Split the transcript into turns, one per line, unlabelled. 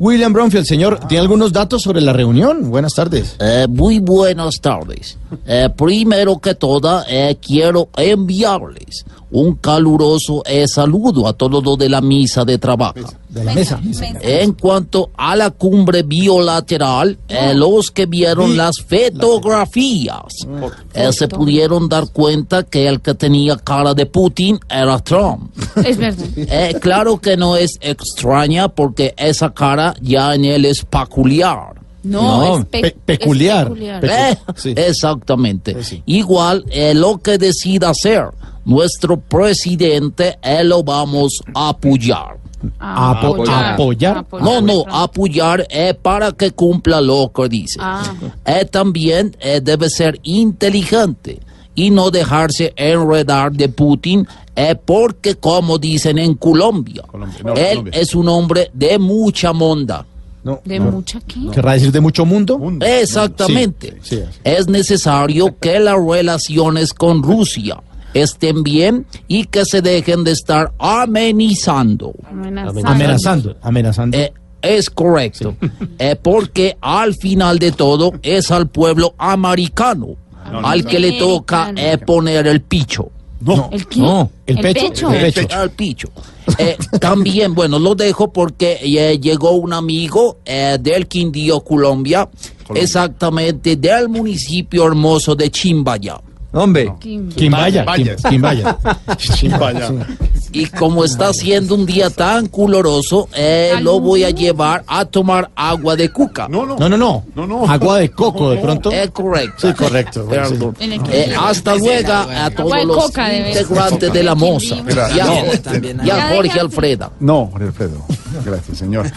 William Bromfield, señor, ¿tiene algunos datos sobre la reunión? Buenas tardes.
Eh, muy buenas tardes. Eh, primero que todo, eh, quiero enviarles un caluroso eh, saludo a todos los de la misa de trabajo.
De la mesa.
En cuanto a la cumbre bilateral, eh, los que vieron las fotografías eh, se pudieron dar cuenta que el que tenía cara de Putin era Trump.
Es verdad.
Eh, claro que no es extraña porque esa cara ya en él es peculiar.
No,
No,
es pe-
pe-
es
peculiar. Pe-
Eh,
Sí.
Exactamente.
Pues sí.
Igual eh, lo que decida hacer nuestro presidente, eh, lo vamos a apoyar.
Ah,
Apoyar. Apoyar.
No, no, apoyar eh, para que cumpla lo que dice.
Ah.
Eh, también eh, debe ser inteligente y no dejarse enredar de Putin eh, porque, como dicen en Colombia,
Colombia, no,
él
Colombia.
es un hombre de mucha monda.
No,
¿De
no.
mucha qué?
¿Querrá decir de mucho mundo?
Exactamente.
Sí, sí, sí.
Es necesario que las relaciones con Rusia estén bien y que se dejen de estar amenizando.
Amenazando.
Amenazando. Amenazando.
Eh, es correcto, Eh, porque al final de todo es al pueblo americano al que le toca eh,
Americano.
poner el picho.
no.
¿El qué?
¿El
¿El
pecho?
pecho?
El pecho.
Al picho. Eh, también, bueno, lo dejo porque eh, llegó un amigo eh, del Quindío, Colombia, exactamente del municipio hermoso de Chimbaya.
Hombre.
Quim-
Quimbaya. Quim- Quimbaya.
Y como está siendo un día tan coloroso, eh, lo voy a llevar a tomar agua de cuca.
No, no, no. Agua de coco, de pronto.
Es correcto.
Sí, correcto.
Perdón.
En el-
Eh, hasta luego a
Agua
todos
de
los
coca, debe ser.
integrantes de la moza y a,
Gracias.
y a Jorge Alfreda.
No, Alfredo. Gracias, señor.